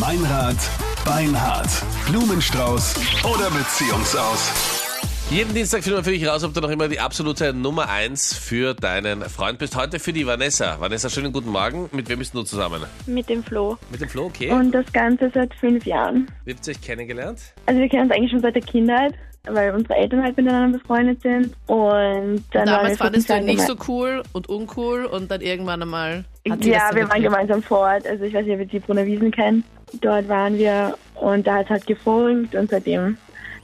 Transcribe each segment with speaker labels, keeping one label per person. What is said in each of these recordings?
Speaker 1: Meinrad, Beinhard, Blumenstrauß oder Beziehungsaus.
Speaker 2: Jeden Dienstag finden wir für dich raus, ob du noch immer die absolute Nummer 1 für deinen Freund bist. Heute für die Vanessa. Vanessa, schönen guten Morgen. Mit wem bist du zusammen?
Speaker 3: mit dem Flo.
Speaker 2: Mit dem Flo, okay.
Speaker 3: Und das Ganze seit fünf Jahren.
Speaker 2: Wie habt ihr euch kennengelernt?
Speaker 3: Also wir kennen uns eigentlich schon seit der Kindheit, weil unsere Eltern halt miteinander befreundet sind. Und dann waren wir
Speaker 4: Damals fandest du ihn
Speaker 3: sozusagen
Speaker 4: nicht so
Speaker 3: geme-
Speaker 4: cool und uncool und dann irgendwann einmal hat sie das
Speaker 3: Ja,
Speaker 4: dann
Speaker 3: wir waren
Speaker 4: gekriegt.
Speaker 3: gemeinsam vor Ort. Also ich weiß nicht, ob ihr die Brunner Wiesen kennt. Dort waren wir und da hat es halt gefolgt und seitdem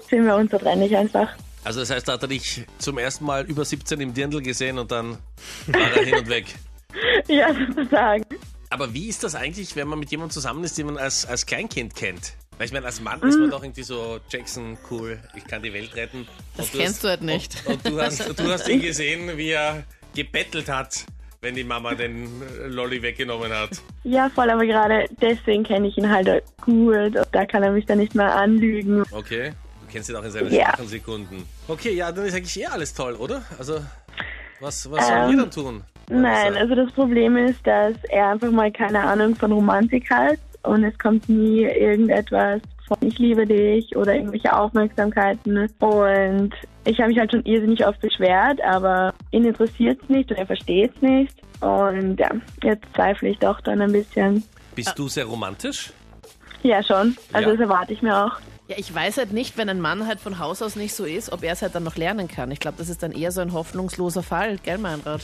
Speaker 3: sind wir uns so trennig einfach.
Speaker 2: Also das heißt, da hat er dich zum ersten Mal über 17 im Dirndl gesehen und dann war er hin und weg.
Speaker 3: Ja, sozusagen.
Speaker 2: Aber wie ist das eigentlich, wenn man mit jemandem zusammen ist, den man als, als Kleinkind kennt? Weil ich meine, als Mann ist
Speaker 4: Mm.
Speaker 2: man doch irgendwie so Jackson, cool, ich kann die Welt retten.
Speaker 4: Das
Speaker 2: Und
Speaker 4: kennst
Speaker 2: hast,
Speaker 4: du halt nicht.
Speaker 2: Und du hast, du hast ihn gesehen, wie er gebettelt hat, wenn die Mama den äh, Lolli weggenommen hat.
Speaker 3: Ja, voll, aber gerade deswegen kenne ich ihn halt gut. Und da kann er mich dann nicht mehr anlügen.
Speaker 2: Okay. Du kennst ihn auch in seinen
Speaker 3: Ja.
Speaker 2: schwachen Sekunden. Okay, ja, dann ist eigentlich eh alles toll, oder? Also, was, was sollen
Speaker 3: Ähm,
Speaker 2: wir dann tun?
Speaker 3: Nein,
Speaker 2: Also,
Speaker 3: also das Problem ist, dass er einfach mal keine Ahnung von Romantik hat und es kommt nie irgendetwas von ich liebe dich oder irgendwelche Aufmerksamkeiten. Und ich habe mich halt schon irrsinnig oft beschwert, aber ihn interessiert es nicht und er versteht es nicht. Und ja, jetzt zweifle ich doch dann ein bisschen.
Speaker 2: bist du sehr romantisch?
Speaker 3: Ja, schon. Also
Speaker 2: Ja.
Speaker 3: das erwarte ich mir auch.
Speaker 4: Ja, ich weiß halt nicht, wenn ein Mann halt von Haus aus nicht so ist, ob er es halt dann noch lernen kann. Ich glaube, das ist dann eher so ein hoffnungsloser Fall, gell, Meinrad?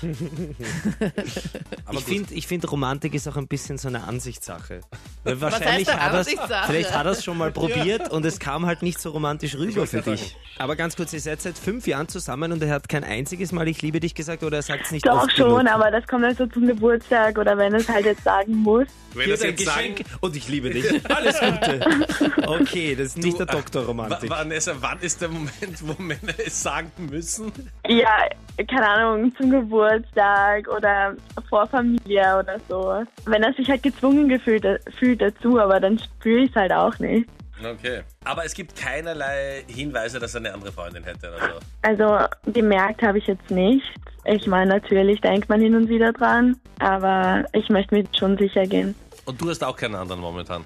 Speaker 2: Aber gut.
Speaker 5: ich finde, ich find, Romantik ist auch ein bisschen so eine Ansichtssache. Weil
Speaker 4: heißt denn
Speaker 5: hat er's-
Speaker 4: Ansichtssache?
Speaker 5: Vielleicht hat er es schon mal probiert und es kam halt nicht so romantisch rüber
Speaker 2: wollte
Speaker 5: für
Speaker 2: gerade
Speaker 5: dich. Aber ganz kurz, ihr seid seit fünf Jahren zusammen und er hat kein einziges Mal Ich liebe dich gesagt oder er sagt es nicht
Speaker 3: Doch
Speaker 5: oft
Speaker 3: schon,
Speaker 5: genug.
Speaker 3: aber das kommt dann so zum Geburtstag oder wenn er es halt jetzt sagen muss.
Speaker 2: Wenn
Speaker 5: Hier
Speaker 2: das
Speaker 5: ist ein
Speaker 2: jetzt sagen-
Speaker 5: Geschenk und ich liebe dich. Alles Gute. Okay, das ist nicht der Doktorromantik.
Speaker 2: äh, Wa- Vanessa, wann ist der Moment, wo Männer es sagen müssen?
Speaker 3: Ja, keine Ahnung, zum Geburtstag oder vor Familie oder so. Wenn er sich halt gezwungen gefühlt, fühlt dazu, aber dann spüre ich es halt auch nicht.
Speaker 2: Okay. Aber es gibt keinerlei Hinweise, dass er eine andere Freundin hätte oder so.
Speaker 3: Also gemerkt habe ich jetzt nicht. Ich meine, natürlich denkt man hin und wieder dran, aber ich möchte mir schon sicher gehen.
Speaker 2: Und du hast auch keinen anderen momentan.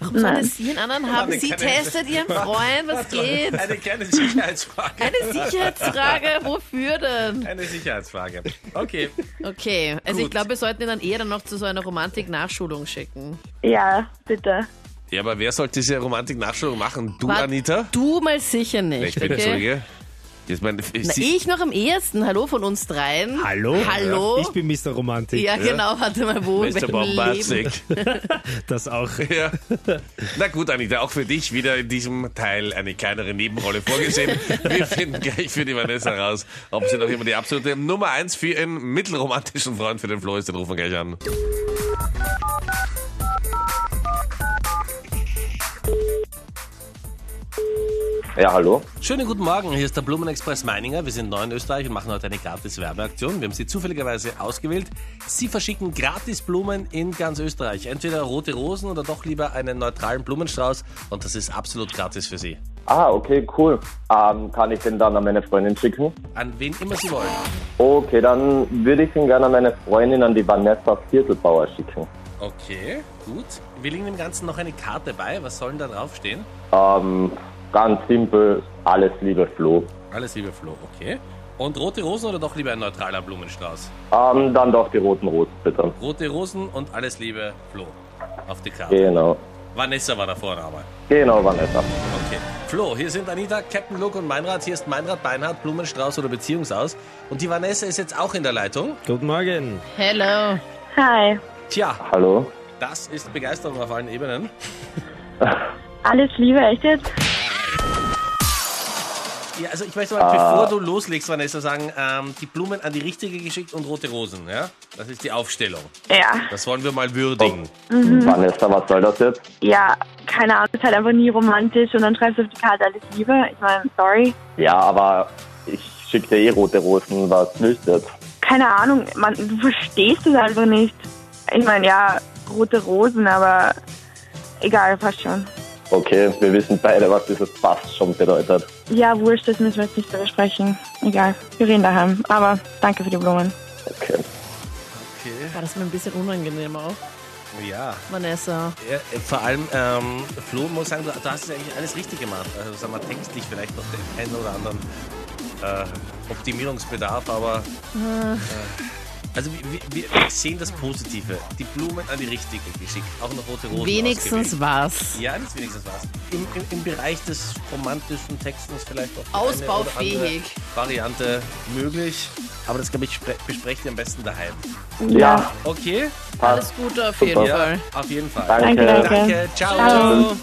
Speaker 4: Warum sollte
Speaker 3: Nein.
Speaker 4: sie einen anderen haben?
Speaker 2: Mann,
Speaker 4: Sie
Speaker 2: kann ich-
Speaker 4: testet ihren Freund, was geht?
Speaker 2: Eine kleine Sicherheitsfrage.
Speaker 4: Eine Sicherheitsfrage, wofür denn?
Speaker 2: Eine Sicherheitsfrage. Okay.
Speaker 4: Okay, also ich
Speaker 2: Gut.
Speaker 4: glaube, wir sollten ihn dann eher dann noch zu so einer Romantik-Nachschulung schicken.
Speaker 3: Ja, bitte.
Speaker 2: Ja, aber wer sollte diese Romantik-Nachschulung machen? Du,
Speaker 4: Wart-
Speaker 2: Anita?
Speaker 4: Du mal sicher nicht,
Speaker 2: Ich bin
Speaker 4: okay?
Speaker 2: Zeuge. Jetzt mein, ich,
Speaker 4: Na, ich noch am ehesten. Hallo von uns dreien.
Speaker 5: Hallo?
Speaker 4: Hallo?
Speaker 5: Ich bin Mr. Romantik.
Speaker 4: ja, genau, warte mal, wo? in
Speaker 2: Mr.
Speaker 4: welchem Leben?
Speaker 2: Bombastic.
Speaker 5: Das auch.
Speaker 2: Ja. Na gut, Anita, auch für dich wieder in diesem Teil eine kleinere Nebenrolle vorgesehen. Wir finden gleich für die Vanessa raus, ob sie noch immer die absolute Nummer eins für ihren mittelromantischen Freund für den Flo ist. Den rufen wir gleich an.
Speaker 6: Ja, hallo.
Speaker 2: Schönen guten Morgen, hier ist der Blumenexpress Meininger. Wir sind neu in Österreich und machen heute eine gratis Werbeaktion. Wir haben Sie zufälligerweise ausgewählt. Sie verschicken gratis Blumen in ganz Österreich. Entweder rote Rosen oder doch lieber einen neutralen Blumenstrauß. Und das ist absolut gratis für Sie.
Speaker 6: Ah, okay, cool. Ähm, kann ich den dann an meine Freundin schicken?
Speaker 2: An wen immer Sie wollen.
Speaker 6: Okay, dann würde ich ihn gerne an meine Freundin, an die Vanessa Viertelbauer schicken.
Speaker 2: Okay, gut. Wir legen dem Ganzen noch eine Karte bei. Was soll denn da draufstehen?
Speaker 6: Ähm, ganz simpel, alles liebe Flo.
Speaker 2: Alles liebe Flo, okay. Und rote Rosen oder doch lieber ein neutraler Blumenstrauß?
Speaker 6: Ähm, dann doch die roten Rosen, bitte.
Speaker 2: Rote Rosen und alles liebe Flo. Auf die Karte.
Speaker 6: Genau.
Speaker 2: Vanessa war der Vorname.
Speaker 6: Genau, Vanessa.
Speaker 2: Okay. Flo, hier sind Anita, Captain Luke und Meinrad. Hier ist Meinrad, Beinhardt, Blumenstrauß oder Beziehungsaus. Und die Vanessa ist jetzt auch in der Leitung.
Speaker 5: Guten Morgen.
Speaker 4: Hello.
Speaker 3: Hi.
Speaker 2: Tja,
Speaker 6: Hallo?
Speaker 2: das ist Begeisterung auf allen Ebenen.
Speaker 3: Alles Liebe, echt jetzt?
Speaker 2: Ja, also ich möchte mal, bevor du loslegst, Vanessa, sagen, ähm, die Blumen an die richtige geschickt und rote Rosen, ja? Das ist die Aufstellung.
Speaker 3: Ja.
Speaker 2: Das wollen wir mal würdigen.
Speaker 6: Vanessa, was soll das jetzt?
Speaker 3: Ja, keine Ahnung, ist halt einfach nie romantisch und dann schreibst du auf die Karte alles Liebe. Ich meine, sorry.
Speaker 6: Ja, aber ich schicke dir eh rote Rosen, was willst du jetzt?
Speaker 3: keine Ahnung, man, du verstehst es einfach nicht. Ich meine, ja, rote Rosen, aber egal, passt schon.
Speaker 6: Okay, wir wissen beide, was dieses Fast schon bedeutet.
Speaker 3: Ja, wurscht, das müssen wir jetzt nicht so besprechen. Egal, wir reden daheim. Aber danke für die Blumen.
Speaker 6: Okay.
Speaker 2: Okay.
Speaker 4: War das mir ein bisschen unangenehm auch.
Speaker 2: Ja,
Speaker 4: Vanessa.
Speaker 2: ja äh, vor allem, ähm, Flo muss sagen, du, du hast es eigentlich alles richtig gemacht. Also sagen wir textlich vielleicht noch den einen oder anderen äh, Optimierungsbedarf, aber äh, also wir, wir wir sehen das Positive. Die Blumen an die richtige geschickt, auch eine rote Rose.
Speaker 4: Wenigstens
Speaker 2: ausgewählt.
Speaker 4: was.
Speaker 2: Ja, das wenigstens was. Im, im, Im Bereich des romantischen Textens vielleicht auch die eine oder
Speaker 4: Ausbaufähig.
Speaker 2: andere Variante möglich, aber das glaube ich spre- besprecht ihr am besten daheim.
Speaker 6: Ja,
Speaker 2: Okay,
Speaker 6: passt.
Speaker 4: Alles Gute auf jeden
Speaker 6: Super.
Speaker 4: Fall.
Speaker 2: auf jeden Fall.
Speaker 3: Danke,
Speaker 6: Danke.
Speaker 3: danke.
Speaker 2: Danke, ciao.
Speaker 3: Ciao.